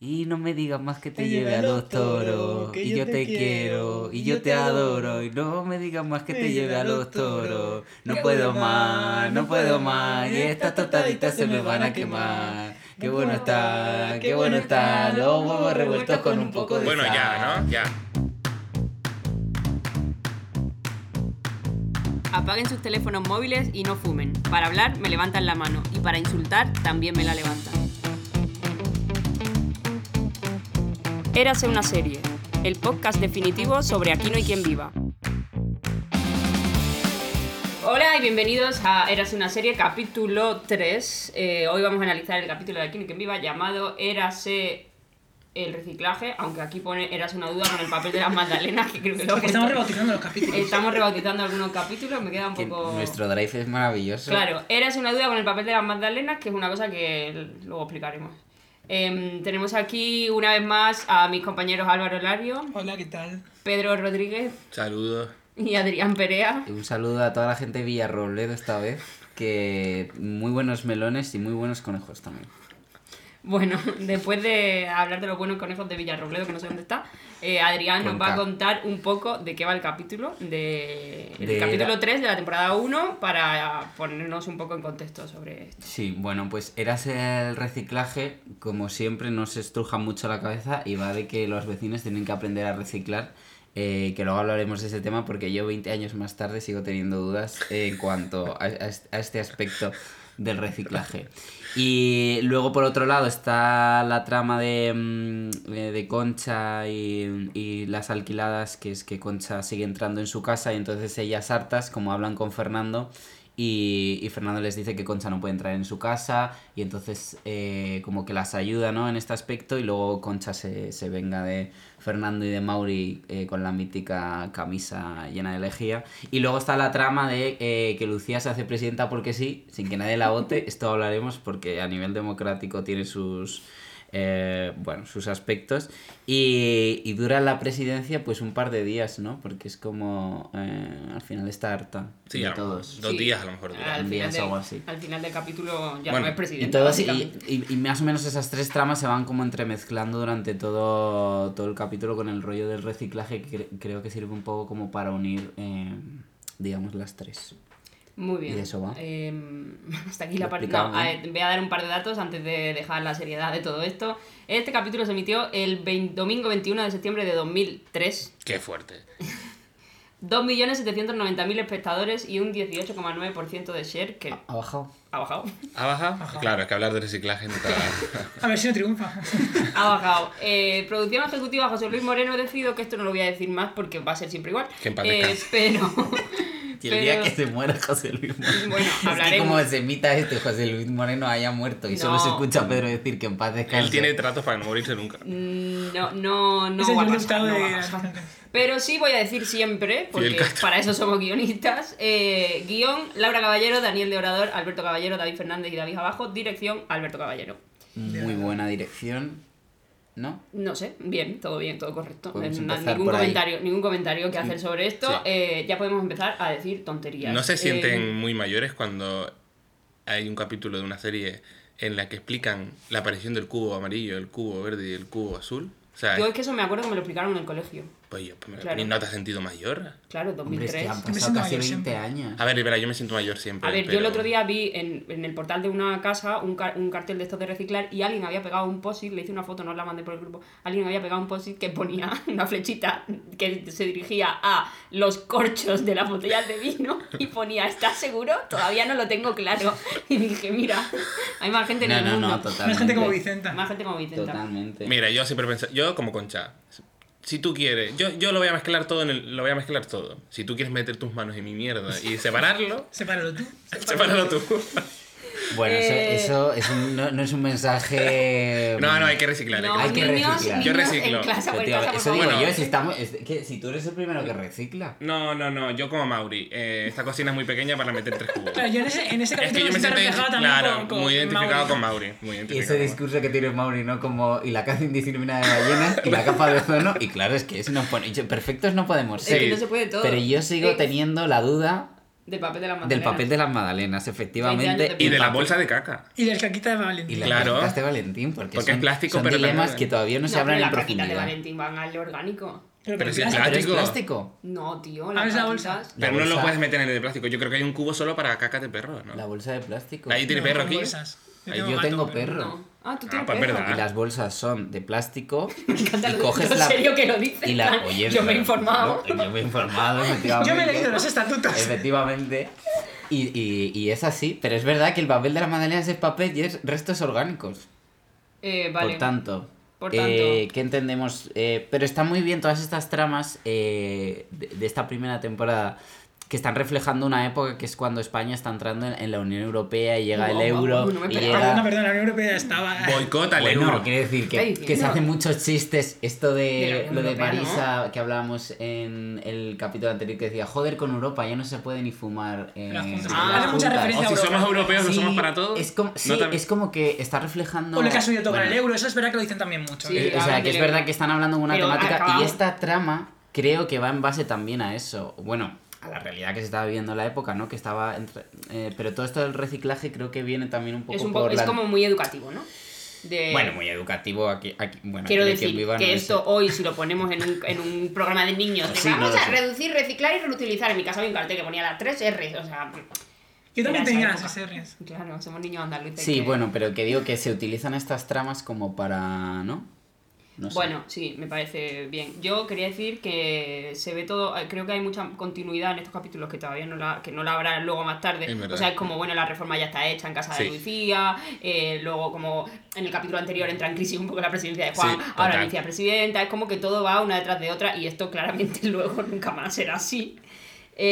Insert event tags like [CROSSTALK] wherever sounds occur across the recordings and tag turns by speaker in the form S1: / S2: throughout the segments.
S1: Y no me digas más que te, te lleve a los toros, toros que y yo te quiero, y yo te adoro. Y no me digas más que te, te lleve a los toros, no puedo más, no puedo más, y estas tostaditas se me van a quemar. Qué bueno está, qué bueno está, los huevos revueltos con un poco de
S2: Bueno,
S1: sal.
S2: ya, ¿no? Ya.
S3: Apaguen sus teléfonos móviles y no fumen. Para hablar me levantan la mano y para insultar también me la levantan. Érase una serie, el podcast definitivo sobre Aquí no hay quien viva. Hola y bienvenidos a Érase una serie, capítulo 3. Eh, hoy vamos a analizar el capítulo de Aquí no hay quien viva llamado Érase el reciclaje, aunque aquí pone Érase una duda con el papel de las magdalenas, que creo que lo
S4: Porque Pues estamos rebautizando los capítulos.
S3: Estamos rebautizando algunos capítulos, me queda un
S1: Que
S3: poco...
S1: Nuestro drive es maravilloso.
S3: Claro, eras una duda con el papel de las Magdalenas, que es una cosa que l- luego explicaremos. Em, tenemos aquí una vez más a mis compañeros Álvaro Lario,
S4: Hola, ¿qué tal?
S3: Pedro Rodríguez
S2: Saludos.
S3: y Adrián Perea.
S1: Y un saludo a toda la gente de Villarrobledo esta vez, que muy buenos melones y muy buenos conejos también.
S3: Bueno, después de hablar de los buenos conejos de Villarrobledo, que no sé dónde está, eh, Adrián nos
S1: Cuenca.
S3: va a contar un poco de qué va el capítulo, de, el
S1: De
S3: capítulo
S1: la-
S3: 3 de la temporada 1, para ponernos un poco en contexto sobre esto.
S1: Sí, bueno, pues eras el reciclaje, como siempre, no se estruja mucho la cabeza y va de que los vecinos tienen que aprender a reciclar, eh, que luego hablaremos de ese tema porque yo 20 años más tarde sigo teniendo dudas eh, en cuanto a, a es- a este aspecto del reciclaje. Y luego por otro lado está la trama de, mm, eh, de Concha y, y las alquiladas, que es que Concha sigue entrando en su casa y entonces ellas hartas, como hablan con Fernando, y, y Fernando les dice que Concha no puede entrar en su casa y entonces eh, como que las ayuda ¿no? en este aspecto y luego Concha se, se venga de Fernando y de Mauri eh, con la mítica camisa llena de lejía. Y luego está la trama de eh, que Lucía se hace presidenta porque sí, sin que nadie la vote. Esto hablaremos porque a nivel democrático tiene sus... eh, bueno, sus aspectos y, y dura la presidencia pues un par de días, ¿no? Porque es como eh, al final está harta
S2: Sí,
S1: de
S2: a lo mejor.
S1: todos.
S2: Dos días, a lo mejor, dura.
S3: Al
S1: Un
S3: final,
S1: día es algo
S3: del,
S1: así.
S3: al final del capítulo ya
S2: Bueno,
S3: no es
S1: Y,
S3: presidente.
S1: todas, y,
S3: básicamente.
S1: y- y más o menos esas tres tramas se van como entremezclando durante todo, todo el capítulo con el rollo del reciclaje que cre- creo que sirve un poco como para unir, eh, digamos, las tres.
S3: Muy bien.
S1: Y de eso va.
S3: Eh, [LAUGHS] hasta aquí la
S1: Lo
S3: parte.
S1: explicamos,
S3: no, a
S1: ¿eh?
S3: ver, voy a dar un par de datos antes de dejar la seriedad de todo esto. Este capítulo se emitió el vein- domingo 21 de septiembre de 2003.
S2: Qué fuerte.
S3: 2.790.000 espectadores y un 18,9% de share, que
S1: ¿Ha bajado? [LAUGHS]
S3: ha bajado.
S2: ¿Ha bajado? Claro, es que hablar de reciclaje no
S3: [LAUGHS]
S2: está...
S4: A ver si no triunfa. [LAUGHS]
S3: Ha bajado. Eh, producción ejecutiva José Luis Moreno, decido que esto no lo voy a decir más porque va a ser siempre igual.
S2: Que en paz
S3: Eh,
S2: descanse. [LAUGHS]
S3: pero.
S1: Y el día
S3: pero-
S1: que se muera José Luis Moreno.
S3: Bueno,
S1: Es que como
S3: hablaremos.
S1: se emita este, José Luis Moreno haya muerto y
S3: No.
S1: solo se escucha a Pedro decir que en paz descanse.
S2: Él tiene tratos para no morirse nunca.
S3: Mm, No, no, no.
S4: Es el
S3: va a
S4: Jordi
S3: pasar,
S4: Hurtado
S3: no
S4: de-
S3: va a pasar. Pero sí voy a decir siempre, porque
S2: Fidel Castro.
S3: para eso somos guionistas. eh, guión, Laura Caballero, Daniel de Orador, Alberto Caballero, David Fernández y David Abajo. Dirección, Alberto Caballero.
S1: Muy buena dirección, ¿no?
S3: No sé, bien, todo bien, todo correcto.
S1: Podemos
S3: Na-
S1: empezar
S3: ningún,
S1: por ahí.
S3: comentario, ningún comentario que hacer sobre esto.
S2: Sí.
S3: eh, ya podemos empezar a decir tonterías.
S2: ¿No se
S3: Eh,
S2: sienten muy mayores cuando hay un capítulo de una serie en la que explican la aparición del cubo amarillo, el cubo verde y el cubo azul? O sea,
S3: yo es que eso me acuerdo que me lo explicaron en el colegio.
S2: pues yo, pues me la
S3: Claro.
S2: poní, ¿no te has sentido mayor?
S3: Claro,
S1: Hombre, es
S3: 2003.
S1: que han
S4: me
S1: pasado
S4: siento
S1: casi
S4: mayor
S1: 20
S4: siempre.
S1: años.
S2: A ver, verá, yo me siento mayor siempre.
S3: A ver, yo
S2: Eh, pero-
S3: el otro día vi en, en el portal de una casa un, ca- un cartel de estos de reciclar y alguien había pegado un post le hice una foto, no os la mandé por el grupo, alguien había pegado un post que ponía [LAUGHS] una flechita que se dirigía a los corchos de las botellas de vino y ponía, ¿estás seguro? Todavía no lo tengo claro. Y dije, mira, hay más gente en
S1: No,
S3: el
S1: no,
S3: mundo.
S1: no, totalmente.
S4: Una gente como Vicenta.
S3: Más gente como Vicenta.
S1: Totalmente.
S2: Mira, yo siempre pensé, yo como concha, si tú quieres, yo, yo lo voy a mezclar todo en el, lo voy a mezclar todo. Si tú quieres meter tus manos en mi mierda y separarlo,
S4: Sepáralo tú.
S2: [LAUGHS] sepáralo tú.
S1: Bueno, eso-
S3: Eh,
S1: eso, es un- no, no es un [LAUGHS] mensaje...
S2: No, no, hay que reciclar.
S3: No,
S2: hay
S1: Hay
S2: que
S1: que
S3: niños,
S1: reciclar.
S2: Yo
S3: niños
S2: reciclo.
S3: en clase, por
S1: Efectivamente,
S3: casa, por
S1: eso digo
S3: favor.
S1: yo, si, estamos, es que si tú eres el primero que recicla.
S2: No, no, no, yo como Mauri, eh, esta cocina es muy pequeña para meter tres cubos.
S4: Claro, yo en ese, en ese
S2: Es
S4: capítulo
S2: que yo me
S4: siento
S2: siento
S4: reflejado también
S2: claro,
S4: con, con
S2: muy identificado
S4: Mauri.
S2: con Mauri. Muy
S1: Y ese
S2: identificado con
S1: discurso que tiene Mauri, ¿no? Como, y la caza indiscriminada de ballenas, y la capa de ozono, y claro, es que eso nos pone... yo- Perfectos no podemos
S3: Es que
S1: ser.
S3: no se puede todo.
S1: Pero yo sigo
S3: Eh,
S1: teniendo la duda
S3: Del papel de las
S1: Del
S3: magdalenas.
S1: papel de las magdalenas,
S3: años de
S1: efectivamente.
S2: Y de la
S1: papel-
S2: bolsa de caca.
S4: Y del caquita de Valentín.
S1: Y la
S2: Claro.
S1: cajitas de Valentín, porque,
S2: Porque
S1: son,
S2: es plástico,
S1: son
S2: pero
S1: dilemas
S2: también-
S1: que todavía no, se
S3: pero
S1: abran en
S3: la cajita de
S1: profundidad.
S3: Valentín van al orgánico.
S2: Pero si es
S4: plástico.
S1: Pero es
S2: Plástico.
S1: plástico.
S3: No, tío.
S4: Ah, es la
S3: cajitas-
S4: bolsa.
S1: La
S2: Pero no lo
S1: bolsa-
S2: puedes meter en el de plástico. Yo creo que hay un cubo solo para caca de perro, ¿no?
S1: La bolsa de plástico.
S2: Ahí tiene
S4: No,
S2: perro
S4: son
S2: aquí.
S4: bolsas.
S2: Ahí
S1: yo tengo perro.
S3: No. Ah, tú
S2: Ah,
S3: tienes
S2: pues
S3: perro.
S2: verdad.
S1: Y las bolsas son de plástico.
S3: [LAUGHS] Me encanta
S1: y
S3: lo,
S1: coges
S3: lo
S1: la.
S3: serio que lo dices.
S1: Y la, oye,
S3: yo me he
S1: pero-
S3: informado.
S1: no, yo me he informado,
S3: [LAUGHS]
S1: efectivamente.
S4: Yo me he leído los estatutos.
S1: Efectivamente. Y, y- y es así, pero es verdad que el papel de las magdalenas es papel y es restos orgánicos.
S3: Eh, vale.
S1: Por tanto,
S3: Por
S1: eh,
S3: tanto.
S1: ¿qué entendemos? Eh, pero está muy bien todas estas tramas eh, de, de esta primera temporada que están reflejando una época que es cuando España está entrando en, en la Unión Europea y llega el
S3: Guau, guau,
S1: euro
S3: no me
S1: y
S3: esperaba.
S1: llega...
S4: Perdona, perdona, Ah, la Unión Europea estaba.
S2: Boicot al
S1: Bueno,
S2: euro.
S1: quiere decir
S3: Está
S1: que,
S3: diciendo.
S1: que se hacen muchos chistes. Esto
S3: De la
S1: de
S3: Unión
S1: lo de
S3: Europea,
S1: Parisa que hablábamos en el capítulo anterior que decía, joder con Europa, ya no se puede ni fumar. eh,
S4: Las juntas.
S1: las
S3: Ah, hace mucha
S1: juntas".
S4: referencia
S2: O si
S4: Europa.
S2: somos europeos, no
S1: Sí,
S2: somos para todos.
S1: Es como,
S2: No
S1: sí,
S2: también-
S1: es como que está reflejando.
S4: O le que ha subido tocar
S1: Bueno,
S4: el euro, eso es verdad que lo dicen también mucho.
S3: Sí.
S1: eh, o sea,
S3: hablan
S1: que es
S3: del euro.
S1: verdad que están hablando de una
S3: Pero
S1: temática
S3: acabamos-
S1: y esta trama creo que va en base también a eso. Bueno, a la realidad que se estaba viviendo en la época, ¿no? Que estaba. entre- eh, pero todo esto del reciclaje creo que viene también un poco
S3: es, un
S1: por
S3: poco- es
S1: la-
S3: como muy educativo, ¿no? De-
S1: Bueno, muy educativo aquí. aquí bueno,
S3: Eh, Quiero
S1: aquí de
S3: decir
S1: quien viva no
S3: que
S1: es-
S3: esto hoy, si lo ponemos en un, en un programa de niños, de
S1: Sí, no
S3: vamos
S1: lo
S3: a
S1: sé.
S3: reducir, reciclar y reutilizar. En mi casa había un cartel que ponía las tres R. O sea,
S4: Yo también
S3: Era esa
S4: tenía
S3: época.
S4: las SRs.
S3: claro, somos niños andaluces.
S1: Sí,
S3: que-
S1: bueno, pero que digo que se utilizan estas tramas como para. ¿No? No sé.
S3: Bueno, sí, me parece bien. Yo quería decir que se ve todo, eh, creo que hay mucha continuidad en estos capítulos que todavía no la, que no la habrá luego más tarde.
S2: Es verdad.
S3: O sea, es como, bueno, la reforma ya está hecha en casa de
S2: Sí.
S3: Lucía, eh, luego como en el capítulo anterior entra en crisis un poco la presidencia de
S2: Sí,
S3: Juan, ahora
S2: total.
S3: la vicepresidenta, es como que todo va una detrás de otra y esto claramente [LAUGHS] luego nunca más será así.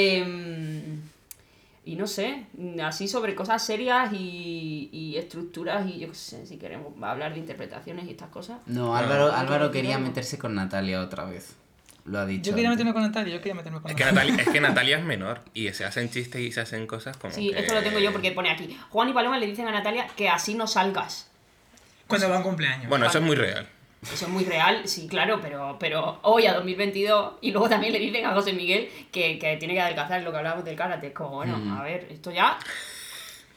S3: Em, y no sé, así sobre cosas serias y, y estructuras y yo qué sé, si queremos hablar de interpretaciones y estas cosas.
S1: No, Álvaro,
S3: Ah.
S1: Álvaro quería meterse con Natalia otra vez. Lo ha dicho.
S4: Yo quería
S1: antes.
S4: meterme con Natalia, yo quería meterme con
S2: Es que,
S4: Natalia.
S2: Natalia, es que Natalia es menor y se hacen chistes y se hacen cosas como.
S3: Sí,
S2: que-
S3: esto lo tengo yo porque pone aquí. Juan y Paloma le dicen a Natalia que así no salgas.
S4: Cuando va un cumpleaños.
S2: Bueno, eso es muy real.
S3: Eso es muy real, sí, claro, pero, pero hoy a 2022. Y luego también le dicen a José Miguel que, que tiene que adelgazar lo que hablábamos del karate. Es como, bueno,
S1: Mm.
S3: a ver, esto ya.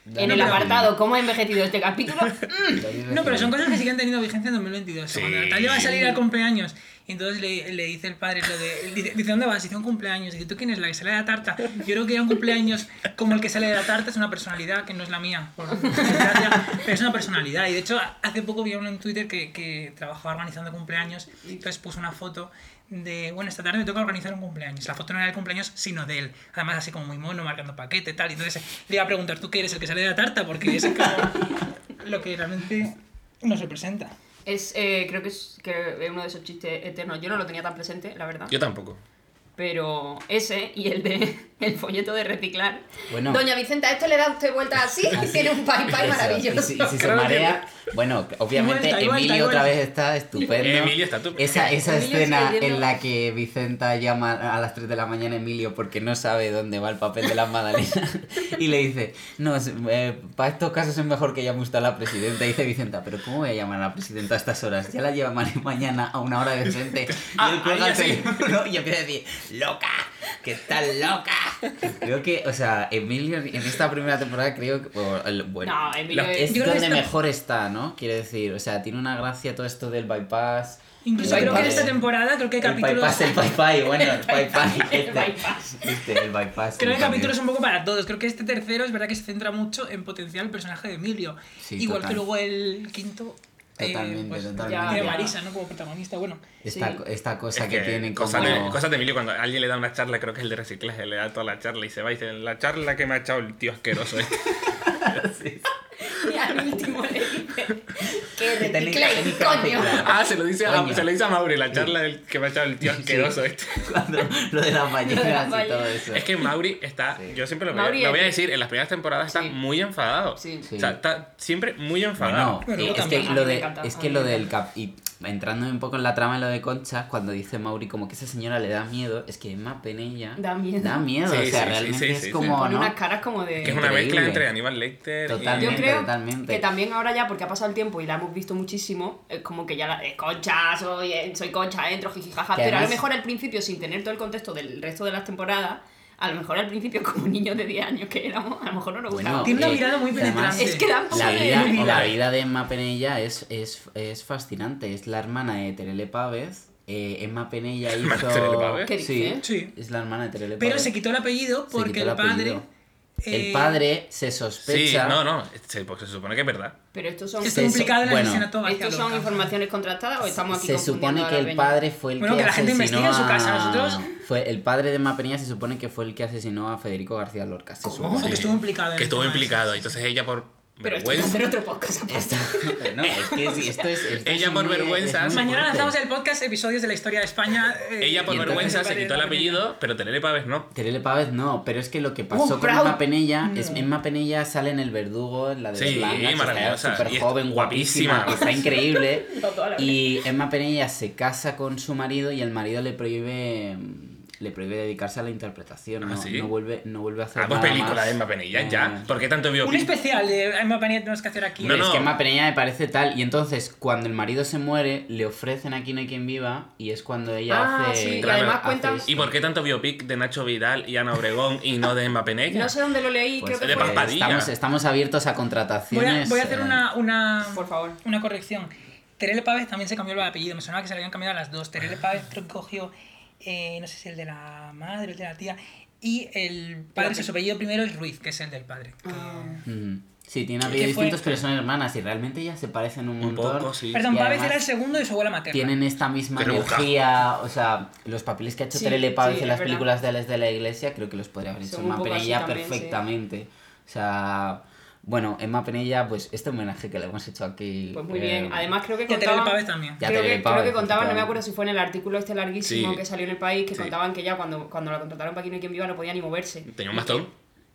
S1: Ya
S3: en
S1: no
S3: el
S1: me lo
S3: apartado, ¿cómo ha envejecido este capítulo? [LAUGHS]
S1: digo. Ya
S4: No, pero son
S1: digo.
S4: cosas que siguen teniendo vigencia en 2022.
S2: Sí.
S4: Cuando Natalia va a salir al cumpleaños, y entonces le, le dice el padre lo de. Dice, dice, ¿dónde vas? Dice un cumpleaños. Dice, ¿tú quién es la que sale de la tarta? Yo creo que era un cumpleaños como el que sale de la tarta, es una personalidad que no es la mía. por desgracia, pero es una personalidad. Y de hecho, hace poco vi a uno en Twitter que, que trabajaba organizando cumpleaños, y entonces puso una foto de, bueno, esta tarde me toca organizar un cumpleaños. La foto no era del cumpleaños, sino de él. Además, así como muy mono, marcando paquete, tal. Y entonces le iba a preguntar, ¿tú qué eres el que sale de la tarta? Porque es como lo que realmente no se presenta.
S3: Es, eh, creo que es, que es uno de esos chistes eternos. Yo no lo tenía tan presente, la verdad.
S2: Yo tampoco.
S3: Pero ese y el de el folleto de reciclar.
S1: Bueno.
S3: Doña Vicenta, esto le da usted vuelta así y tiene un pie pie
S1: Eso,
S3: maravilloso.
S1: Y si, y si se
S4: Creo que-
S1: marea, bueno, obviamente
S4: Igual, igual,
S1: Emilio
S4: igual.
S1: otra vez está estupendo.
S2: Emilio está estupendo.
S1: Esa, esa
S3: Emilio
S1: escena
S3: está yendo-
S1: en la que Vicenta llama a las 3 de la mañana a Emilio porque no sabe dónde va el papel de las
S4: [LAUGHS]
S1: magdalenas y le dice, no, es- eh, para estos casos es mejor que llame usted a la presidenta. Y dice Vicenta, pero ¿cómo voy a llamar a la presidenta a estas horas? Ya la llamaré mañana a una hora decente.
S2: Ah,
S1: Y él cuelga el [LAUGHS] teléfono y empieza a decir, loca, que estás loca. Creo que, o sea, Emilio en esta primera temporada creo que... o el- bueno,
S3: No, Emilio
S2: la-
S1: es
S4: Yo creo que
S1: donde
S4: esta-
S1: mejor está, ¿no? Quiere decir, o sea, tiene una gracia todo esto del bypass.
S4: Incluso
S1: El
S4: creo que en
S1: bypass.
S4: esta temporada creo que hay
S1: El
S4: capítulos.
S1: bypass, el bypass, bueno, el bypass.
S3: bypass, el bypass.
S1: Este, el bypass.
S4: Creo que
S1: también.
S4: hay capítulos un poco para todos. Creo que este tercero es verdad que se centra mucho en potenciar el personaje de Emilio.
S1: Sí,
S4: Igual
S1: total.
S4: que luego el quinto. eh,
S1: Totalmente,
S4: pues,
S1: totalmente.
S4: Tiene
S3: Ya, ya.
S4: a Marisa, ¿no? Como protagonista. Bueno,
S1: Esta,
S3: Sí.
S1: esta cosa
S2: Es
S1: que, tienen
S2: cosa
S1: como...
S2: de, cosas de Emilio cuando alguien le da una charla, creo que es el de reciclaje, le da toda la charla y se va y dice, la charla que me ha echado el tío asqueroso. este".
S3: Y [LAUGHS] al último le dice que
S1: Que tenéis-
S3: recicléis,
S1: tenéis que
S3: coño.
S1: reciclar.
S2: [LAUGHS] ah, se lo dice a,
S1: Coño.
S2: se lo dice a Mauri, la charla del que me ha echado el [LAUGHS] tío asqueroso. este.
S1: Cuando, [LAUGHS] lo de las ballenas y todo
S3: ballenas.
S1: eso.
S2: Es que Mauri está,
S1: Sí.
S2: yo siempre lo, voy a-
S3: Mauri
S2: lo voy a
S3: es-
S2: decir, en las primeras temporadas está
S3: Sí.
S2: muy enfadado.
S3: Sí.
S1: Sí.
S2: O sea, está siempre muy enfadado.
S1: Bueno,
S4: Pero
S1: eh,
S4: luego
S1: es que
S3: también-
S1: lo
S3: a mí me
S1: de,
S3: encanta,
S1: es
S3: a
S1: que
S3: mí
S1: lo
S3: me
S1: del cap y entrando un poco en la trama en lo de Concha, cuando dice Mauri como que esa señora le da miedo, es que Emma Penella
S3: Da miedo.
S1: Da miedo, o
S2: Sí,
S1: sea,
S2: sí, sí,
S1: realmente
S2: sí,
S1: es
S2: sí, sí.
S1: como
S3: Pone
S1: ¿no?
S3: unas caras como de...
S2: que es una
S1: increíble.
S2: mezcla entre Animal Lecter
S1: Totalmente.
S2: y...
S3: Yo creo
S1: totalmente.
S3: que también ahora ya, porque ha pasado el tiempo y la hemos visto muchísimo, es como que ya la es concha, eh, soy, soy concha, entro, jijijaja,
S1: Que
S3: pero a lo
S1: además-
S3: mejor al principio, sin tener todo el contexto del resto de las temporadas, A lo mejor al principio, como niños de 10 años que éramos, a lo mejor no nos
S1: Bueno,
S3: gustaba.
S4: Tiene una
S1: eh,
S4: mirada muy
S1: además,
S4: penetrante.
S3: es que da un poco
S1: La
S3: de-
S1: vida,
S4: Mira.
S1: la vida de Emma Penella es, es, es fascinante. Es la hermana de Terele Pávez. Eh, Emma Penella
S2: ¿Hermana de Terele
S1: hizo.
S2: Pávez?
S3: ¿Qué
S1: sí,
S3: dice?
S4: Sí.
S1: es la hermana de Terele
S4: Pero
S1: Pávez.
S4: se quitó el apellido
S1: Se
S4: porque
S1: quitó el
S4: el padre.
S1: apellido.
S4: eh,
S1: El padre se
S2: Sí,
S1: sospecha.
S2: no, no, se, pues se supone que es verdad.
S3: Pero estos son,
S4: Es
S1: Se-
S4: complicado en el
S1: bueno,
S4: asesinato de García
S3: estos son
S4: Lorca.
S3: informaciones contrastadas o estamos aquí
S1: Se
S3: confundiendo
S1: supone
S3: a
S1: que
S3: la
S1: el
S3: peña?
S1: padre fue el
S4: Bueno,
S1: que,
S4: que la gente
S1: asesinó
S4: investigue en su casa,
S1: a-
S4: nosotros-
S1: Fue el padre de Emma Penella se supone que fue el que asesinó a Federico García Lorca. se
S4: Ojo,
S1: supone.
S4: que estuvo implicado. en
S2: Que
S4: el
S2: estuvo
S4: tema ese.
S2: implicado. Entonces ella por
S3: Pero esto es
S2: vergüenza.
S3: hacer otro
S1: [LAUGHS]
S3: podcast. aparte.
S1: No, es que sí, esto es. esto
S2: Ella
S1: es
S2: por
S1: muy-
S2: vergüenza.
S1: es muy
S4: Mañana
S1: fuerte.
S4: lanzamos el podcast Episodios de la historia de España. eh,
S2: Ella
S3: [LAUGHS]
S2: por
S1: Y entonces-
S2: vergüenza se quitó el apellido, pero Terele Pávez no.
S1: Terele Pávez no, pero es que lo que pasó
S3: Oh,
S1: con
S3: Proud.
S1: Emma Penella es Emma Penella sale en El Verdugo, en la de
S2: Sí,
S1: Berlanga, que está
S2: maravillosa,
S1: súper
S2: y es
S1: joven, guapísima,
S2: guapísima.
S1: que está increíble.
S3: [LAUGHS] No, toda la
S1: y Emma Penella se casa con su marido y el marido le prohíbe mm, le prohíbe dedicarse a la interpretación,
S2: Ah,
S1: no,
S2: ¿sí?
S1: no vuelve no vuelve a hacer
S2: Ah, pues
S1: nada
S2: película
S1: más.
S2: de Emma Penilla,
S1: Eh,
S2: ya. ¿Por qué tanto
S4: Un
S2: biopic?
S4: especial de Emma Panía tenemos que hacer aquí.
S2: No,
S1: Es
S2: no.
S1: que Emma Penella me parece tal y entonces cuando el marido se muere le ofrecen Aquí no hay quien viva y es cuando ella
S3: Ah,
S1: hace
S3: sí, y
S2: Claro,
S3: además
S1: hace
S3: cuentan.
S1: esto.
S2: ¿Y por qué tanto biopic de Nacho Vidal y Ana Obregón y no de Emma Penella?
S3: No sé dónde lo leí,
S1: Pues,
S3: creo
S2: de
S3: que
S1: eh,
S3: fue.
S2: Pampa- Padilla.
S1: estamos, estamos abiertos a
S4: Voy a,
S1: contrataciones.
S4: voy a hacer
S1: eh,
S4: una, una,
S3: Por favor.
S4: una corrección. Terele Pávez también se cambió el apellido. Me sonaba que se le habían cambiado a las dos. Terele Pávez creo que cogió, eh, no sé si el de la madre, el de la tía. Y el padre, que su apellido primero es Ruiz, que es el del padre. que-
S3: Ah.
S1: Ujú. Sí, tienen apellidos
S4: Que fue-
S1: distintos, pero son hermanas y realmente ellas se parecen un
S2: Un
S1: montón.
S2: poco, sí.
S4: Perdón,
S1: Y
S4: Pávez
S1: además
S4: era el segundo de su abuela materna.
S1: Tienen esta misma
S2: Pero busca.
S1: energía, o sea, los papeles que ha hecho
S4: Sí,
S1: Terele Pávez en
S3: sí, es
S1: las
S3: verdad.
S1: películas de las de la Iglesia, creo que los podría haber hecho
S3: Son un
S1: Emma
S3: poco así
S1: Penella
S3: también, sí.
S1: perfectamente. O sea, bueno, Emma Penella, pues este homenaje que le hemos hecho aquí.
S3: Pues muy
S1: eh,
S3: bien. Además, creo que
S4: Y a Terele
S3: contaban-
S4: Pávez también.
S1: Ya
S3: creo,
S1: te
S3: que,
S1: vi,
S3: creo
S1: Pablo,
S3: que contaban, no me
S1: efectivamente.
S3: acuerdo si fue en el artículo este larguísimo
S2: Sí.
S3: que salió en el país, que
S2: Sí.
S3: contaban que ya cuando, cuando la contrataron para Aquí no hay quien viva no podía ni moverse.
S2: Tenía un bastón.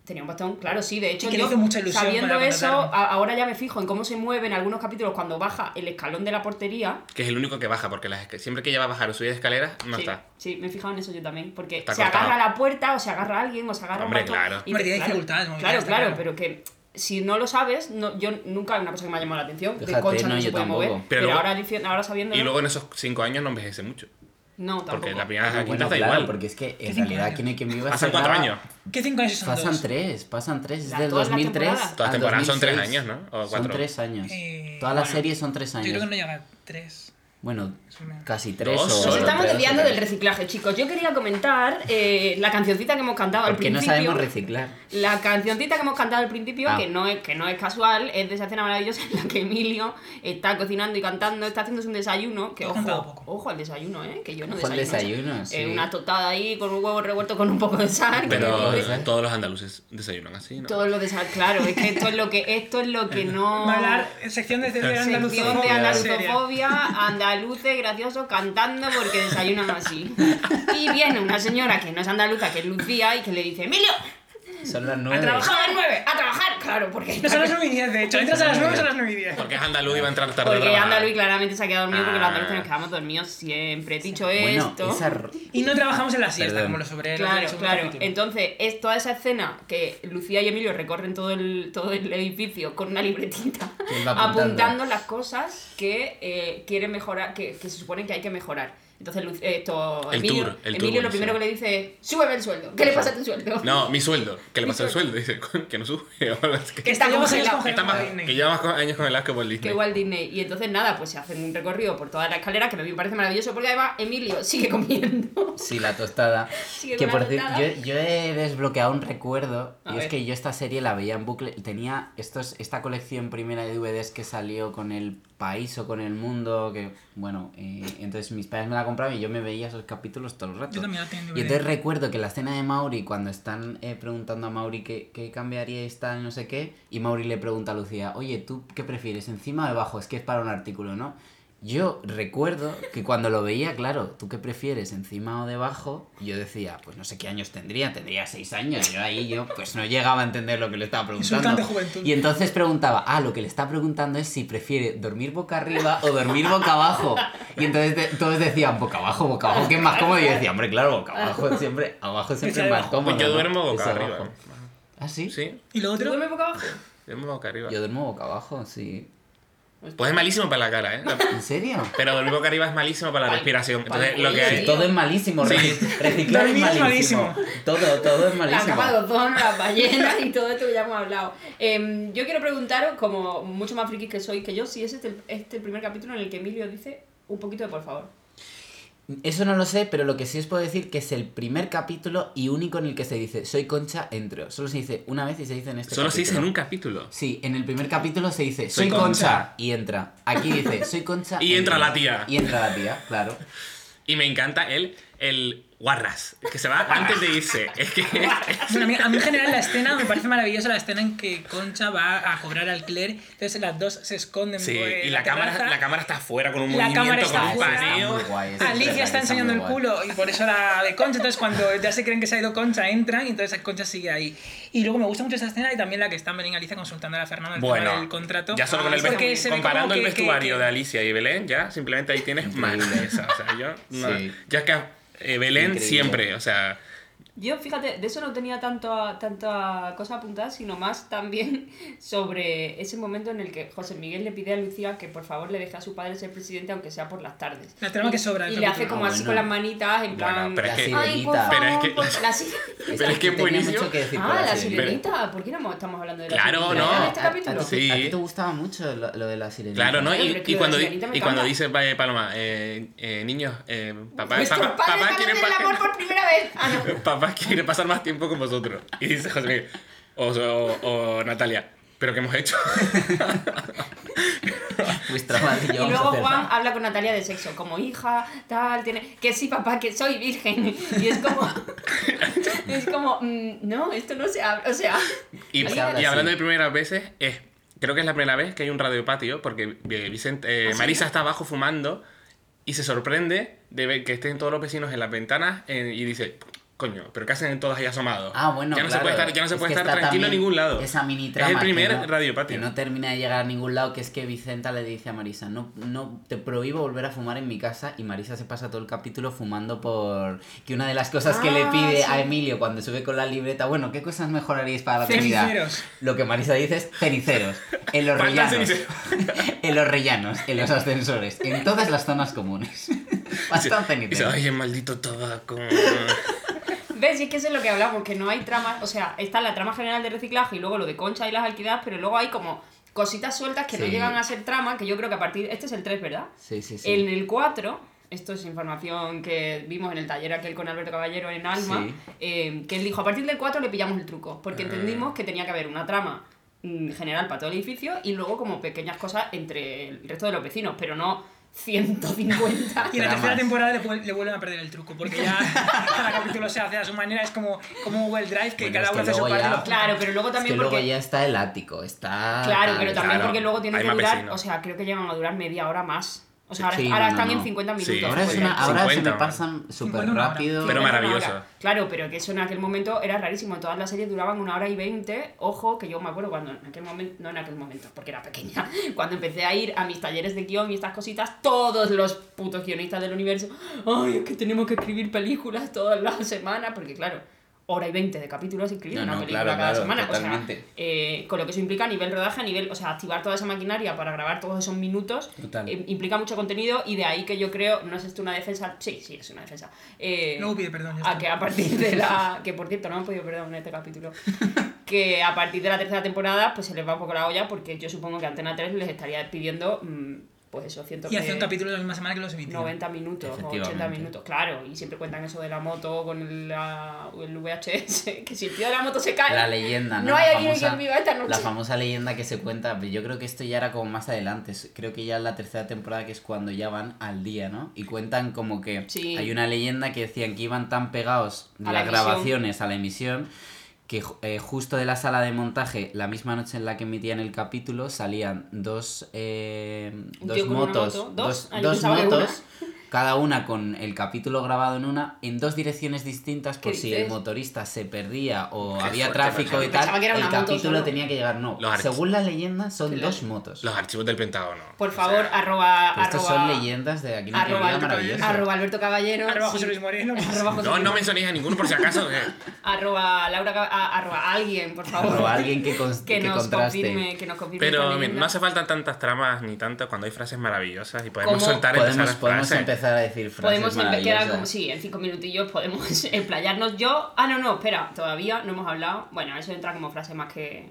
S3: Tenía un bastón, claro, sí. De hecho,
S4: Y que le
S3: yo,
S4: hizo mucha ilusión
S3: sabiendo
S4: cuando la
S3: eso,
S4: contrataron.
S3: a- ahora ya me fijo en cómo se mueve en algunos capítulos cuando baja el escalón de la portería.
S2: Que es el único que baja, porque las esca- siempre que ella va a bajar o subir escaleras, no
S3: sí,
S2: está.
S3: sí, me he fijado en eso yo también. Porque
S2: Está
S3: se
S2: cortado.
S3: agarra a la puerta o se agarra a alguien o se agarra a un
S2: Hombre,
S3: bastón
S2: claro.
S4: Hombre,
S3: te-
S4: tiene
S3: claro,
S4: dificultades, muy bien,
S3: Claro,
S4: está
S3: claro,
S4: claro.
S3: pero que si no lo sabes, no, yo nunca es una cosa que me ha llamado la atención. de
S1: Fíjate,
S3: concha no,
S1: no,
S3: se
S1: yo
S3: puede
S1: tampoco.
S3: mover.
S1: Pero
S3: Pero,
S2: luego-
S3: ahora, dici- ahora sabiendo.
S2: Y luego en esos cinco años no envejece mucho.
S3: no, tampoco.
S2: Porque la primera
S1: Bueno,
S2: quinta está
S1: claro,
S2: igual.
S1: porque es que en
S4: cinco
S1: realidad
S4: años?
S1: Aquí no hay quien viva.
S2: Pasan
S1: se
S2: cuatro
S1: graba-
S2: años.
S4: ¿Qué cinco años son
S1: Pasan
S4: dos?
S1: tres, pasan tres, es
S3: La-
S1: del
S3: todas las
S1: 2003.
S3: temporadas.
S2: Todas
S1: al
S2: temporadas son tres
S1: 2006.
S2: años, ¿no? O
S1: son
S2: cuatro.
S1: tres años.
S4: Eh,
S1: Todas las
S4: bueno,
S1: series son tres
S4: Yo
S1: años.
S4: creo que no llega a tres.
S1: Bueno,
S4: menos.
S1: casi tres.
S2: Dos
S1: o
S2: solo.
S3: Nos estamos
S1: tres o
S3: desviando del
S1: tres.
S3: reciclaje, chicos. Yo quería comentar eh, la cancioncita que hemos cantado al
S1: Porque no
S3: principio.
S1: sabemos reciclar.
S3: La cancioncita que hemos cantado al principio,
S1: Ah.
S3: que, no es, que no es casual, es de esa escena maravillosa [LAUGHS] en la que Emilio está cocinando y cantando, está haciéndose un desayuno. Que
S4: He
S3: ojo,
S4: cantado poco.
S3: ojo al desayuno, ¿eh? Que yo no
S1: Ojo al
S3: desayuno.
S1: desayuno,
S3: Eh,
S1: sí.
S3: una tostada ahí con un huevo revuelto con un poco de sal. que
S2: Pero
S3: me dice-
S1: ¿eh?
S2: todos los andaluces desayunan así, ¿no?
S3: Todo lo de sal, claro, es que esto es lo que, esto es
S4: [LAUGHS]
S3: lo que no.
S4: Va a hablar eh, sección de teoría
S3: Sección de
S4: andaluzofobia.
S3: andaluzofobia, andaluces graciosos cantando porque desayunan así. Y viene una señora que no es andaluza, que es Lucía, y que le dice, Emilio,
S1: Son las
S3: a
S1: nueve.
S3: trabajar a las nueve, a trabajar. Claro, porque,
S4: No son las 9 y 10, de hecho. Entras a las 9 son las 9 y 10.
S2: Porque es andaluz y va a entrar tarde. a
S3: porque
S2: trabajar.
S3: andaluz claramente se ha quedado dormido porque los
S2: Ah.
S3: andaluces nos quedamos dormidos siempre. He dicho
S1: Bueno,
S3: esto.
S1: esa r-
S4: Y no trabajamos en la siesta,
S1: Perdón.
S4: como los obreros. del
S3: Claro,
S4: segundo
S3: claro.
S4: capítulo.
S3: Entonces, es toda esa escena que Lucía y Emilio recorren todo el, todo el edificio con una libretita,
S1: Que va apuntando.
S3: apuntando las cosas que eh, quieren mejorar, que, que se supone que hay que mejorar. Entonces, Lu- eh, esto,
S2: El
S3: Emilio,
S2: tour, el
S3: Emilio
S2: tour,
S3: lo primero
S2: sí.
S3: que le dice es, súbeme el sueldo. ¿Qué le pasa a tu sueldo?
S2: No, mi sueldo. ¿Qué le pasa al sueldo? Dice que no sube. [LAUGHS] Es que-
S4: Que
S3: está
S4: llevamos
S3: congelado.
S4: años
S2: que está más-
S4: Disney.
S2: que lleva más co- años con el asco por
S3: [LAUGHS] Que
S2: Disney.
S3: Walt Disney. Y entonces, nada, pues se hacen un recorrido por toda la escalera que a mí me parece maravilloso porque además Emilio sigue comiendo.
S1: Sí, la tostada.
S3: Sigue
S1: que
S3: con
S1: por
S3: la
S1: cierto,
S3: tostada.
S1: yo, yo he desbloqueado un recuerdo.
S3: A
S1: y es
S3: ver.
S1: que yo esta serie la veía en bucle. Tenía estos, esta colección primera de DVDs que salió con el país o con el mundo. que Bueno, eh, entonces mis padres me la compraban y yo me veía esos capítulos todo el rato.
S4: Yo también la tengo en
S1: Y
S4: DVD.
S1: entonces recuerdo que la escena de Mauri, cuando están eh, preguntando a Mauri qué, qué cambiaría esta no sé qué, y Mauri le pregunta a Lucía, oye, ¿tú qué prefieres, encima o debajo? Es que es para un artículo, ¿no? Yo recuerdo que cuando lo veía, claro, ¿tú qué prefieres, encima o debajo? Yo decía, pues no sé qué años tendría, tendría seis años. Yo ahí, yo, pues no llegaba a entender lo que le estaba preguntando.
S4: Insultante juventud.
S1: Y entonces preguntaba, ah, lo que le está preguntando es si prefiere dormir boca arriba o dormir boca abajo. Y entonces de- todos decían, boca abajo, boca abajo, que es más cómodo. Y yo decía, hombre, claro, boca abajo, siempre, abajo siempre es más
S4: abajo.
S1: cómodo.
S2: Pues yo
S1: ¿no?
S2: duermo
S1: Es
S2: boca arriba. ¿eh?
S1: abajo. ¿Ah, sí?
S2: Sí,
S4: Y lo
S3: ¿Tú
S4: otro,
S3: duermes boca abajo?
S2: duermo boca arriba.
S1: Yo duermo boca abajo, sí.
S2: Pues es malísimo para la cara, ¿eh? La-
S1: ¿En serio?
S2: Pero dormir boca arriba es malísimo para la
S3: Pal-
S2: respiración. Entonces,
S3: pal-
S2: lo que
S3: sí.
S2: hay.
S1: Todo es malísimo,
S2: Sí.
S1: re- reciclar es
S4: Dormir es
S1: malísimo.
S4: malísimo.
S1: Todo, todo es
S3: La
S1: malísimo.
S3: capa de ozono, las ballenas y todo esto que ya hemos hablado. Em, yo quiero preguntaros, como mucho más frikis que sois que yo, si es este, este el primer capítulo en el que Emilio dice un poquito de por favor.
S1: Eso no lo sé, pero lo que sí os puedo decir que es el primer capítulo y único en el que se dice soy concha, entro. Solo se dice una vez y se dice en este
S2: Solo se dice en un
S1: nunca.
S2: capítulo.
S1: Sí, en el primer capítulo se dice
S2: Soy
S1: soy,
S2: concha".
S1: concha. y entra. Aquí dice soy concha
S2: Y entra la tía.
S1: Y entra la tía,
S2: [LAUGHS]
S1: claro.
S2: Y me encanta el, el guarras, que se va antes de irse. Es que
S4: Bueno, a, mí, a mí en general la escena me
S3: [LAUGHS]
S4: parece maravillosa la escena en que Concha va a cobrar alquiler, entonces las dos se esconden.
S2: Sí,
S4: por
S2: y la cámara,
S4: terraza.
S2: la cámara está afuera con un
S4: La cámara
S2: movimiento, con
S4: está
S2: un
S4: afuera.
S2: paneo.
S1: Ah, Está muy guay, eso es
S4: Alicia
S1: verdad,
S4: está
S1: está
S4: enseñando el
S1: muy guay.
S4: culo y por eso la de Concha. Entonces, cuando ya se creen que se ha ido Concha, entran y entonces Concha sigue ahí. Y luego me gusta mucho esa escena y también la que están Belén y Alicia consultando a la Fernanda el tema
S2: Bueno,
S4: del contrato.
S2: ya solo con el
S4: Porque
S2: vestuario,
S4: se ve como
S2: comparando el
S4: que- que-
S2: vestuario
S4: que-
S2: de Alicia y Belén, ya simplemente ahí tienes más
S1: Increíble.
S2: de esa. O sea, yo, no-
S1: Sí.
S2: ya que eh, Belén
S1: Increíble.
S2: siempre, o sea,
S3: Yo, fíjate, de eso no tenía tanto, tanta cosa apuntada, sino más también [LAUGHS] sobre ese momento en el que José Miguel le pide a Lucía que por favor le deje a su padre ser presidente, aunque sea por las tardes.
S4: La trama que sobra del
S3: Y le hace
S4: capítulo.
S3: como así
S1: Bueno.
S3: con las manitas, en plan...
S2: pero es
S1: la
S2: que-
S3: Ay,
S1: sirenita.
S3: por favor,
S2: Pero es que-
S3: por- [LAUGHS] la si-
S2: Pero es que
S1: yo tenía
S2: buenísimo.
S1: mucho que decir con
S3: Ah, la
S1: sirenita.
S3: sirenita. ¿Por qué no estamos hablando de la
S2: Claro,
S3: sirenita?
S2: no.
S3: ¿En este
S1: A-
S3: capítulo?
S1: A, ti-
S2: Sí.
S1: a ti te gustaba mucho lo, lo de la sirenita.
S2: Claro, ¿no?
S3: Ay,
S2: Y,
S3: hombre, que
S2: y
S3: lo
S2: cuando,
S3: de
S2: di-
S3: Sirenita me
S2: y cuando
S3: encanta.
S2: dice eh, Paloma, eh, eh, niños, eh, papá,
S3: Nuestros
S2: papá,
S3: padres
S2: papá
S3: van a
S2: quiere
S3: hacer el
S2: pa-
S3: amor por primera
S2: [LAUGHS]
S3: vez. Ah, no.
S2: papá quiere pasar más tiempo con vosotros. Y dice José Miguel, o, o- o Natalia, ¿pero qué hemos hecho?
S1: Vuestra madre y yo
S3: Y
S1: vamos a
S3: luego
S1: hacer
S3: Juan
S1: nada.
S3: habla con Natalia de sexo, como hija, tal, tiene... Que sí, papá, que soy virgen. Y es como... [LAUGHS] es como... mm, no, esto no se habla, o sea...
S2: Y,
S1: Así
S2: y
S1: habla,
S2: hablando
S1: sí.
S2: de primeras veces, es, creo que es la primera vez que hay un radio patio, porque eh, Vicente, eh,
S3: ¿Ah, sí?
S2: Marisa está abajo fumando y se sorprende de ver que estén todos los vecinos en las ventanas eh, y dice, coño, pero ¿qué hacen todas ahí asomados?
S1: Ah, bueno,
S2: ya no se
S1: claro.
S2: puede estar, ya no se
S1: Es
S2: puede
S1: que
S2: estar
S1: está
S2: tranquilo en
S1: también
S2: ningún lado.
S1: Esa mini
S2: Es el
S1: trama que
S2: primer
S1: no-
S2: Radio Patio.
S1: Que no termina de llegar a ningún lado, que es que Vicenta le dice a Marisa, no, no te prohíbo volver a fumar en mi casa y Marisa se pasa todo el capítulo fumando por... Que una de las cosas que le
S3: Ah,
S1: pide
S3: sí.
S1: a Emilio cuando sube con la libreta, bueno, ¿qué cosas mejoraríais para la comida?
S4: Ceniceros.
S1: Lo que Marisa dice es ceniceros, en los
S2: Faltan
S1: rellanos, [LAUGHS] en los rellanos, en los ascensores, en todas las zonas comunes.
S2: [LAUGHS]
S1: Faltan
S2: Y dice,
S1: ceniceros.
S2: ay, el maldito tabaco.
S3: ¿Ves? Y es que eso es lo que hablamos, que no hay tramas... O sea, está la trama general de reciclaje y luego lo de concha y las alquiladas, pero luego hay como cositas sueltas que no
S1: Sí.
S3: llegan a ser trama, que yo creo que a partir... Este es el 3, ¿verdad?
S1: Sí, sí, sí.
S3: En el 4, esto es información que vimos en el taller aquel con Alberto Caballero en Alma,
S1: Sí. Eh.
S3: eh, que él dijo, a partir del 4 le pillamos el truco, porque
S2: Ah.
S3: entendimos que tenía que haber una trama mm, general para todo el edificio y luego como pequeñas cosas entre el resto de los vecinos, pero no 150.
S4: [LAUGHS] Y en la
S1: Dramas.
S4: tercera temporada le, vuel- le vuelven a perder el truco, porque
S1: [LAUGHS]
S4: ya cada capítulo se hace a su manera, es como, como Google Drive, que
S1: Bueno,
S4: cada
S1: es
S4: uno
S1: que
S4: hace su
S1: luego
S4: parte.
S1: ya-
S4: y lo-
S3: claro, pero luego
S1: Es que
S3: también
S1: luego
S3: porque...
S1: ya está el ático, está...
S3: Claro,
S1: tal,
S3: pero también
S2: Claro,
S3: porque luego tienen
S2: hay
S3: que
S2: más
S3: durar,
S2: vecinos.
S3: o sea, creo que llegan a durar media hora más. O sea, ahora,
S1: Sí,
S3: ahora
S1: no, no,
S3: están en
S1: no.
S3: 50
S2: Sí,
S3: minutos.
S1: Ahora, es
S3: pues
S1: una,
S3: ya.
S1: ahora se
S2: 50,
S1: me pasan súper
S4: 50 horas.
S1: rápido.
S2: Pero
S3: Una
S2: maravilloso.
S3: hora. Claro, pero que eso en aquel momento era rarísimo. Todas las series duraban una hora y veinte. Ojo, que yo me acuerdo cuando en aquel momento, no en aquel momento, porque era pequeña, [LAUGHS] cuando empecé a ir a mis talleres de guión y estas cositas, todos los putos guionistas del universo, ay, es que tenemos que escribir películas todas las semanas, porque claro, hora y veinte de capítulos escribir
S1: No,
S3: una
S1: no,
S3: película
S1: claro,
S3: cada
S1: claro,
S3: semana. O sea,
S1: totalmente.
S3: eh, con lo que eso implica a nivel rodaje, a nivel, o sea, activar toda esa maquinaria para grabar todos esos minutos,
S1: Total.
S3: eh, implica mucho contenido y de ahí que yo creo, no es esto una defensa, sí, sí, es una defensa. Eh,
S4: Luego pide perdón, ya
S3: a
S4: está.
S3: que a partir
S4: [LAUGHS]
S3: de la. Que por cierto, no han podido perdón en este capítulo. [LAUGHS] Que a partir de la tercera temporada, pues se les va un poco la olla, porque yo supongo que Antena 3 les estaría pidiendo, mm, pues eso, ciento
S4: Y hace un capítulo la misma semana que los emitimos.
S3: 90 minutos o 80
S1: Efectivamente.
S3: minutos, claro. Y siempre cuentan eso de la moto con el, la- el VHS, [LAUGHS] que si el tío de la moto se cae.
S1: La leyenda, ¿no?
S3: No hay
S1: La
S3: alguien que viva esta noche.
S1: La famosa leyenda que se cuenta, pero yo creo que esto ya era como más adelante, es- creo que ya es la tercera temporada que es cuando ya van al día, ¿no? Y cuentan como que
S3: Sí.
S1: hay una leyenda que decían que iban tan pegados
S3: A la
S1: las
S3: emisión.
S1: grabaciones a la emisión que ju- eh, justo de la sala de montaje, la misma noche en la que emitían el capítulo, salían dos, eh,
S3: Un
S1: dos
S3: tío con una
S1: motos,
S3: moto. ¿Dos?
S1: dos,
S3: Ah, yo
S1: dos
S3: pensaba que
S1: motos cada una con el capítulo grabado en una, en dos direcciones distintas, por
S3: ¿Qué
S1: si
S3: dices?
S1: el motorista se perdía o
S2: Qué
S1: había
S2: fuerte,
S1: tráfico
S2: macho.
S1: y
S3: Pensaba
S1: tal,
S3: que era
S1: el
S3: una moto
S1: capítulo
S3: solo.
S1: tenía que llegar. No,
S2: Los archi-
S1: según la leyenda son dos motos.
S2: Los archivos del Pentágono.
S3: Por
S2: O
S3: favor,
S2: sea,
S3: arroba,
S1: Pero Estas
S3: arroba,
S1: pues son leyendas de aquí no
S3: arroba
S1: queda
S3: Alberto
S1: maravilloso.
S3: arroba Alberto Caballero,
S4: Arroba
S3: sí.
S4: José
S1: [LAUGHS]
S4: Luis Moreno.
S3: Arroba José
S2: No,
S3: Luis
S2: no
S3: Moreno.
S2: mencionéis a ninguno por si acaso. eh.
S3: [LAUGHS]
S2: que-
S3: arroba Laura Cab- a- arroba alguien, por favor.
S1: Arroba alguien que, cons-
S3: que,
S1: que
S3: nos
S1: contraste.
S3: confirme, que nos confirme. esta
S2: Pero mira,
S3: leyenda.
S2: no hace falta tantas tramas ni tanto cuando hay frases maravillosas y podemos
S3: ¿Cómo?
S2: soltar entre
S1: Podemos,
S2: esas
S1: podemos
S2: frases.
S1: empezar a decir frases
S3: Podemos empe- queda
S1: maravillosas.
S3: como sí, en cinco minutillos podemos [LAUGHS] explayarnos. Yo, ah no no, espera, todavía no hemos hablado. Bueno, eso entra como frase más que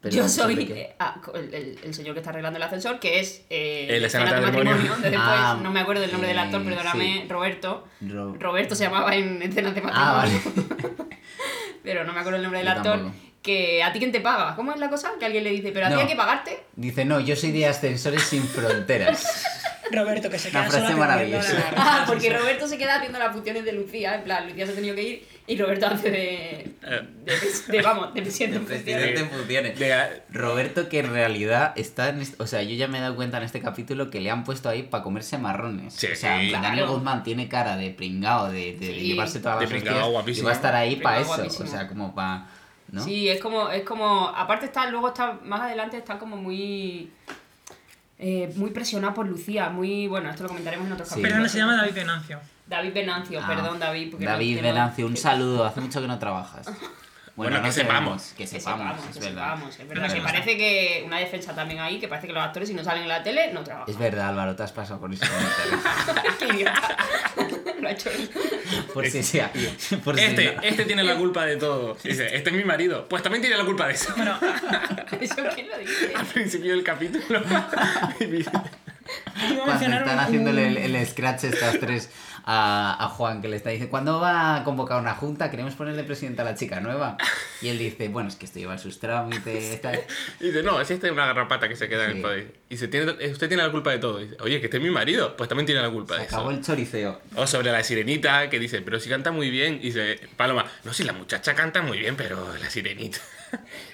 S1: Pero
S3: yo
S1: sobre
S3: soy
S1: qué.
S3: eh, ah, co- el, el- el señor que está arreglando el ascensor, que es eh,
S2: El
S3: la
S2: escena del
S3: escena de matrimonio.
S2: matrimonio.
S3: de después,
S1: Ah,
S3: no me acuerdo el nombre del actor,
S1: eh,
S3: perdóname,
S1: sí.
S3: Roberto.
S1: Ro-
S3: Roberto se llamaba en escenas de matrimonio.
S1: Ah, vale.
S3: [LAUGHS] Pero no me acuerdo el nombre del
S1: Yo
S3: actor.
S1: tampoco.
S3: Que a ti quién te paga. ¿Cómo es la cosa? Que alguien le dice, pero a ti
S1: No.
S3: hay que pagarte.
S1: Dice, no, yo soy de Ascensores Sin Fronteras.
S4: Roberto, que se
S1: Una
S4: queda
S1: frase
S4: sola
S1: maravillosa.
S4: atendiendo a la-
S3: Ah, porque Roberto se queda haciendo las funciones de Lucía, en plan, Lucía se ha tenido que ir y Roberto hace de.
S4: Eh.
S3: de, de- vamos, de presidente. en funciones.
S1: Presidente en funciones.
S2: De-
S1: Roberto que en realidad está en est- o sea yo ya me he dado cuenta en este capítulo que le han puesto ahí para comerse marrones
S2: Sí,
S1: o sea en plan,
S3: claro.
S1: Daniel Guzmán tiene cara de pringao de, de
S3: Sí.
S1: llevarse todas
S2: De
S1: las
S2: pringao
S1: hostias
S2: guapísimo.
S1: y va a estar ahí para
S3: Pringao
S1: eso
S3: guapísimo.
S1: o sea como para ¿no?
S3: Sí, es como, es como. Aparte está, luego está, más adelante está como muy. eh, muy presionado por Lucía, muy. Bueno, esto lo comentaremos en otros
S1: Sí.
S3: capítulos.
S4: Pero no se llama David Venancio.
S3: David Venancio,
S1: Ah,
S3: perdón, David. porque no-
S1: David
S3: que no-
S1: Venancio un
S3: que-
S1: saludo hace mucho que no
S3: [LAUGHS]
S1: trabajas
S2: Bueno, que
S1: te
S2: sepamos.
S1: vemos, que
S3: Que
S1: sepamos
S3: sepamos,
S1: es
S3: que
S1: verdad
S3: sepamos, es verdad.
S4: Es
S3: Que
S4: verdad.
S3: parece que una defensa también ahí, que parece que los actores si no salen en la tele no trabajan.
S1: es
S3: [LAUGHS]
S1: verdad Álvaro te has pasado con eso
S2: [LAUGHS]
S3: Qué idiota. [LAUGHS] Lo ha
S1: [LAUGHS]
S3: hecho él.
S1: por si sea por si
S2: Este,
S1: no.
S2: este tiene la culpa de
S3: [LAUGHS]
S2: todo. Dice, este es mi marido. Pues también tiene la culpa de eso. [LAUGHS]
S4: Bueno,
S3: ¿Eso quién lo dice?
S2: Al principio del capítulo. [LAUGHS]
S4: iba a
S1: Cuando
S4: mencionar
S1: están
S4: un-
S1: haciéndole el, el scratch estas tres a, a Juan, que le está diciendo, ¿cuándo va a convocar una junta? Queremos ponerle presidente a la chica nueva. Y él dice, bueno, es que esto lleva sus
S3: [LAUGHS]
S1: trámites. tal".
S2: Y dice, no, este es esta es una garrapata que se queda en
S1: Sí.
S2: el país. Y dice, "Tiene- eh, usted tiene la culpa de todo. Dice, oye, que este es mi marido. Pues también tiene la culpa
S1: Se
S2: de
S1: acabó
S2: eso.
S1: el
S3: [LAUGHS]
S1: choriceo.
S2: O sobre la sirenita, que dice, pero si canta muy bien. Y dice, Paloma, no, si la muchacha canta muy bien, pero la sirenita. [LAUGHS]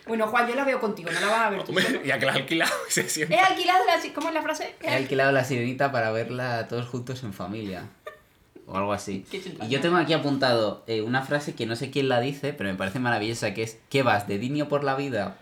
S3: Bueno, Juan, yo la veo contigo, no la vas a ver tú.
S2: Hombre, ya que la has alquilado y se siente.
S3: He alquilado la... si- ¿Cómo es la frase?
S1: He alquilado la sirenita para verla todos juntos en familia. O algo así.
S3: Qué chulada.
S1: Y yo tengo aquí apuntado eh, una frase que no sé quién la dice, pero me parece maravillosa, que es, ¿qué vas, de niño por la
S3: [LAUGHS]
S1: vida?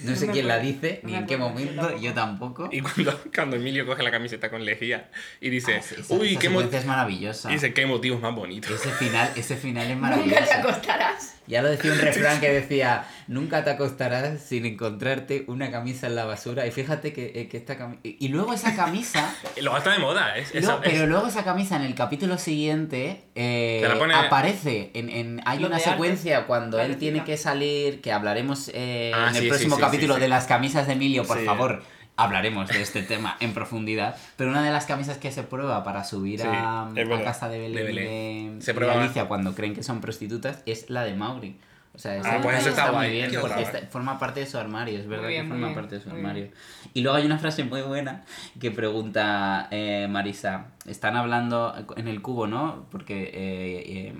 S1: No
S3: No
S1: sé
S3: me
S1: quién la
S3: acuerdo.
S1: dice,
S3: No
S1: ni
S3: me
S1: en qué
S3: acuerdo, yo
S1: momento,
S3: tampoco.
S1: yo tampoco.
S2: Y cuando, cuando Emilio coge la camiseta con lejía y dice,
S1: Ah, sí, esa-
S2: uy,
S1: esa
S2: qué, mo-
S1: secuencia es maravillosa.
S2: dice, qué motivos más bonitos.
S1: Ese final, ese final es
S3: Nunca te
S1: maravilloso.
S3: acostarás.
S1: Ya lo decía un refrán que decía, nunca te acostarás sin encontrarte una camisa en la basura. Y fíjate que, eh, que esta camisa... Y luego esa camisa...
S2: Lo está de moda, es,
S1: luego-
S2: esa- es-
S1: pero luego esa camisa en el capítulo siguiente eh,
S2: Te la pone-
S1: aparece. En, en- hay
S3: Los
S1: una
S3: de arte.
S1: secuencia cuando
S3: La
S1: él tiene
S3: recicla.
S1: que salir, que hablaremos eh,
S2: Ah,
S1: en
S2: sí,
S1: el
S2: sí,
S1: próximo
S2: sí,
S1: capítulo
S2: sí, sí.
S1: de las camisas de Emilio, por
S2: Sí.
S1: favor. Hablaremos de este [LAUGHS] tema en profundidad. Pero una de las camisas que se prueba para subir
S2: Sí,
S1: a,
S2: es
S1: a
S2: verdad,
S1: casa de Belén,
S2: de Belén.
S1: y de-
S2: Se
S1: y de
S2: prueba-
S1: Alicia cuando creen que son prostitutas es la de Mauri. O sea, esa
S2: Ah, pues
S3: eso
S1: está,
S2: está
S1: muy
S2: guay,
S1: bien
S2: eso
S1: porque
S2: está
S1: está- forma parte de su armario, es verdad
S3: Muy bien,
S1: que
S3: muy
S1: forma
S3: bien,
S1: parte de su
S3: muy bien.
S1: armario. Y luego hay una frase muy buena que pregunta eh, Marisa. Están hablando en el cubo, ¿no? Porque eh, eh,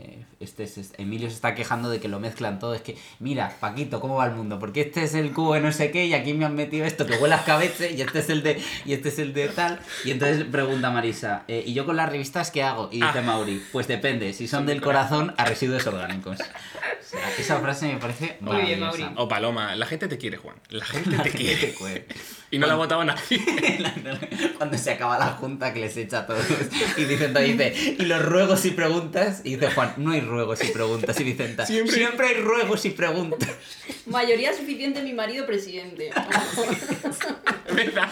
S1: eh, este es- es- Emilio se está quejando de que lo mezclan todo. Es que, mira, Paquito, ¿cómo va el mundo? Porque este es el cubo de no sé qué y aquí me han metido esto que huele a cabeza y este es el de y este es el de tal. Y entonces pregunta Marisa, eh, ¿y yo con las revistas qué hago? Y dice
S2: Ah.
S1: Mauri, pues depende, si son del corazón a residuos orgánicos. O sea, esa frase me parece
S3: Muy bien, Mauri.
S1: maravillosa.
S2: O Oh, Paloma, la gente te quiere, Juan. La
S1: [LAUGHS]
S2: gente te
S1: Que
S2: quiere.
S1: te cuele.
S2: Y no la ha votado nadie. [LAUGHS]
S1: Cuando se acaba la junta que les echa a todos. [LAUGHS] Y Vicenta dice, y los ruegos y preguntas. Y dice Juan, no hay ruegos y preguntas. Y Vicenta, siempre,
S2: Siempre-
S1: hay ruegos y preguntas.
S3: Mayoría suficiente mi marido [LAUGHS] presidente.
S2: Es verdad.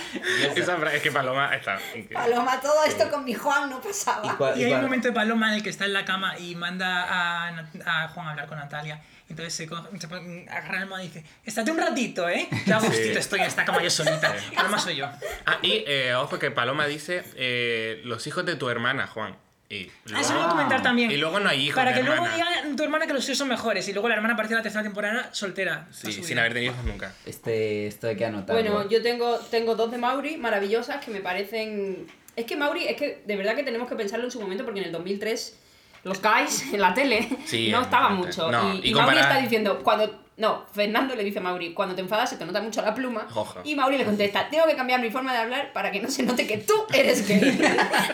S2: Esa fra- es que Paloma está.
S5: Paloma, todo esto con mi Juan no pasaba.
S1: cua-
S4: Y hay
S1: cua-
S4: un momento de Paloma en el que está en la cama y manda a, Nat- a Juan a hablar con Natalia. Entonces se, coge- se pone- agarra la almohada y dice, estate un ratito, ¿eh? Ya gustito estoy en esta cama yo solita. Paloma soy yo.
S2: Ah, y eh, ojo que Paloma dice eh, los hijos de tu hermana, Juan. Y
S4: Ah, eso
S1: Ah.
S4: lo voy a comentar también.
S2: y luego no hay hijos.
S4: Para
S2: de
S4: que luego
S2: hermana.
S4: diga tu hermana que los suyos son mejores. Y luego la hermana aparece en la tercera temporada soltera.
S2: Sí,
S4: toda su
S2: sin
S4: vida.
S2: haber tenido hijos nunca.
S1: Este, esto hay que anotarlo.
S3: bueno, yo tengo, tengo dos de Mauri maravillosas que me parecen... Es que Mauri, es que de verdad que tenemos que pensarlo en su momento porque en el 2003 los guys en la tele
S2: Sí,
S3: no
S2: es
S3: estaban
S2: bastante.
S3: mucho.
S2: No,
S3: y
S2: y
S3: y Mauri
S2: comparar-
S3: está diciendo, cuando No, Fernando le dice a Mauri, cuando te enfadas se te nota mucho la pluma.
S2: Ojo.
S3: Y Mauri le contesta, tengo que cambiar mi forma de hablar para que no se note que tú eres gay.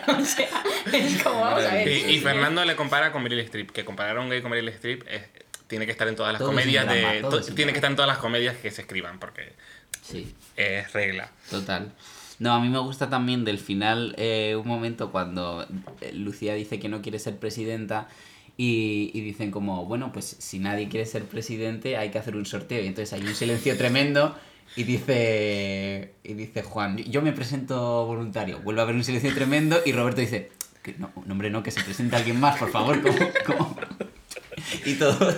S3: o sea, es como, vamos a ver.
S2: Y, y Fernando le compara con Meryl Streep, que comparar a un gay con Meryl Streep es- tiene que estar en todas las
S1: Todo es un
S2: comedias
S1: drama,
S2: de,
S1: todo
S2: to-
S1: es un
S2: tiene
S1: drama.
S2: que estar en todas las comedias que se escriban porque
S1: Sí.
S2: es
S3: [LAUGHS]
S2: regla.
S1: Total. No, a mí me gusta también del final eh, un momento cuando eh, Lucía dice que no quiere ser presidenta y, y dicen como, bueno, pues si nadie quiere ser presidente hay que hacer un sorteo. Y entonces hay un silencio tremendo y dice, y dice Juan, yo me presento voluntario. Vuelve a haber un silencio tremendo y Roberto dice, que no, no, hombre, no, que se presente alguien más, por favor. como como Y todo.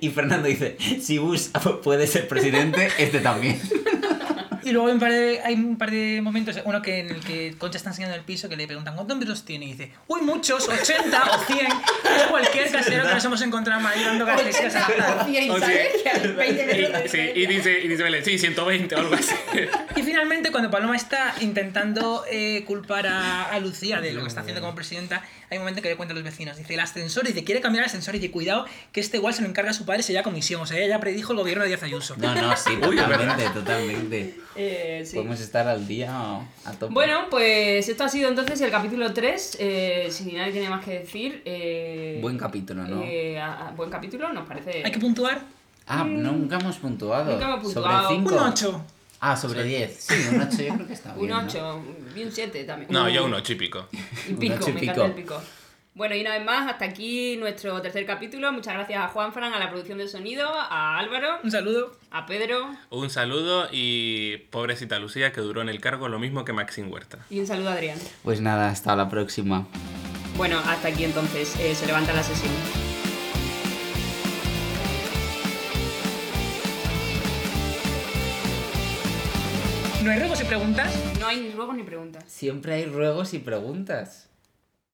S1: Y Fernando dice, si Bush puede ser presidente, este también.
S4: Y luego hay un, par de, hay un par de momentos, uno que en el que Concha está enseñando el piso, que le preguntan cuántos metros tiene, y dice, uy, muchos, 80 o 100, es cualquier casero que nos hemos encontrado en Madrid dando galletitas a la plaza.
S3: Y ahí
S2: O sea,
S3: sale que hay 20 metros
S2: Y,
S3: de
S2: sí, y dice, y dice Belén, sí, 120 o algo
S3: [LAUGHS]
S2: así.
S4: Y finalmente, cuando Paloma está intentando eh, culpar a, a Lucía de lo que está haciendo como presidenta, hay un momento que le cuenta a los vecinos. Dice, el ascensor, dice, quiere cambiar el ascensor, dice, cuidado, que este igual se lo encarga a su padre y se lleva comisión. O sea, ella ya predijo el gobierno de Díaz Ayuso.
S1: No, no, sí,
S2: Uy, es verdad.
S1: totalmente, totalmente.
S3: Eh, sí.
S1: Podemos estar al día o a tope.
S3: Bueno, pues esto ha sido entonces el capítulo 3. Eh, si nadie tiene más que decir. eh,
S1: Buen capítulo, ¿no?
S3: eh, a- a- buen capítulo, nos parece.
S4: Hay que puntuar
S1: Ah, nunca hemos puntuado.
S3: mm, Nunca hemos puntuado.
S1: Sobre 5.
S4: un 8.
S1: Ah, sobre 10. Sí, un 8 yo creo que está
S3: [LAUGHS] un
S1: bien. ¿no?
S3: 8, y un 7 también.
S2: No, yo un ocho y pico.
S3: Y
S1: Un
S3: pico,
S1: ocho y
S3: me encanta el
S1: pico.
S3: pico. Bueno, y una vez más, hasta aquí nuestro tercer capítulo. Muchas gracias a Juanfran, a la producción de sonido, a Álvaro,
S4: Un saludo.
S3: a Pedro
S2: Un saludo y pobrecita Lucía que duró en el cargo lo mismo que Maxine Huerta.
S3: y un saludo a Adrián.
S1: Pues nada, hasta la próxima.
S3: Bueno, hasta aquí entonces. eh, se levanta la sesión.
S4: ¿No hay ruegos y preguntas?
S3: No hay ni ruegos ni preguntas.
S1: Siempre hay ruegos y preguntas.